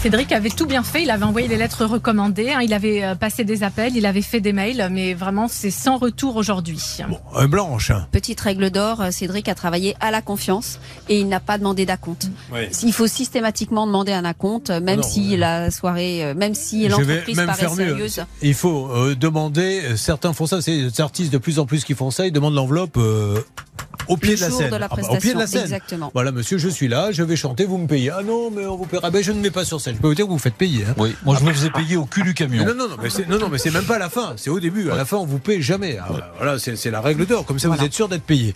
Cédric avait tout bien fait. Il avait envoyé les lettres recommandées, hein, il avait euh, passé des appels, il avait fait des mails, mais vraiment, c'est sans retour aujourd'hui. Bon, euh, Blanche. Petite règle d'or, euh, Cédric a travaillé à la confiance et il n'a pas demandé d'acompte. Il faut systématiquement demander un acompte, euh, même Ah non, si ouais. la soirée, euh, même si Je vais l'entreprise même paraît faire mieux. sérieuse. Il faut euh, demander, euh, certains font ça, c'est des artistes de plus en plus qui font ça, ils demandent l'enveloppe euh, au pied le de la jour scène. de la Ah bah, prestation. au pied de la scène. Exactement. Voilà, monsieur, je suis là, je vais chanter, vous me payez. Ah non, mais on vous paiera. Ah ben, je ne mets pas sur scène. Je peux vous dire que vous faites payer. hein. Oui, moi je me faisais payer au cul du Mais camion. Non, non, non, mais c'est, non, non, mais c'est même pas à la fin, c'est au début. À la fin, on vous paye jamais. Ah, Voilà, c'est, c'est la règle d'or. Comme ça, vous êtes sûr d'être payé.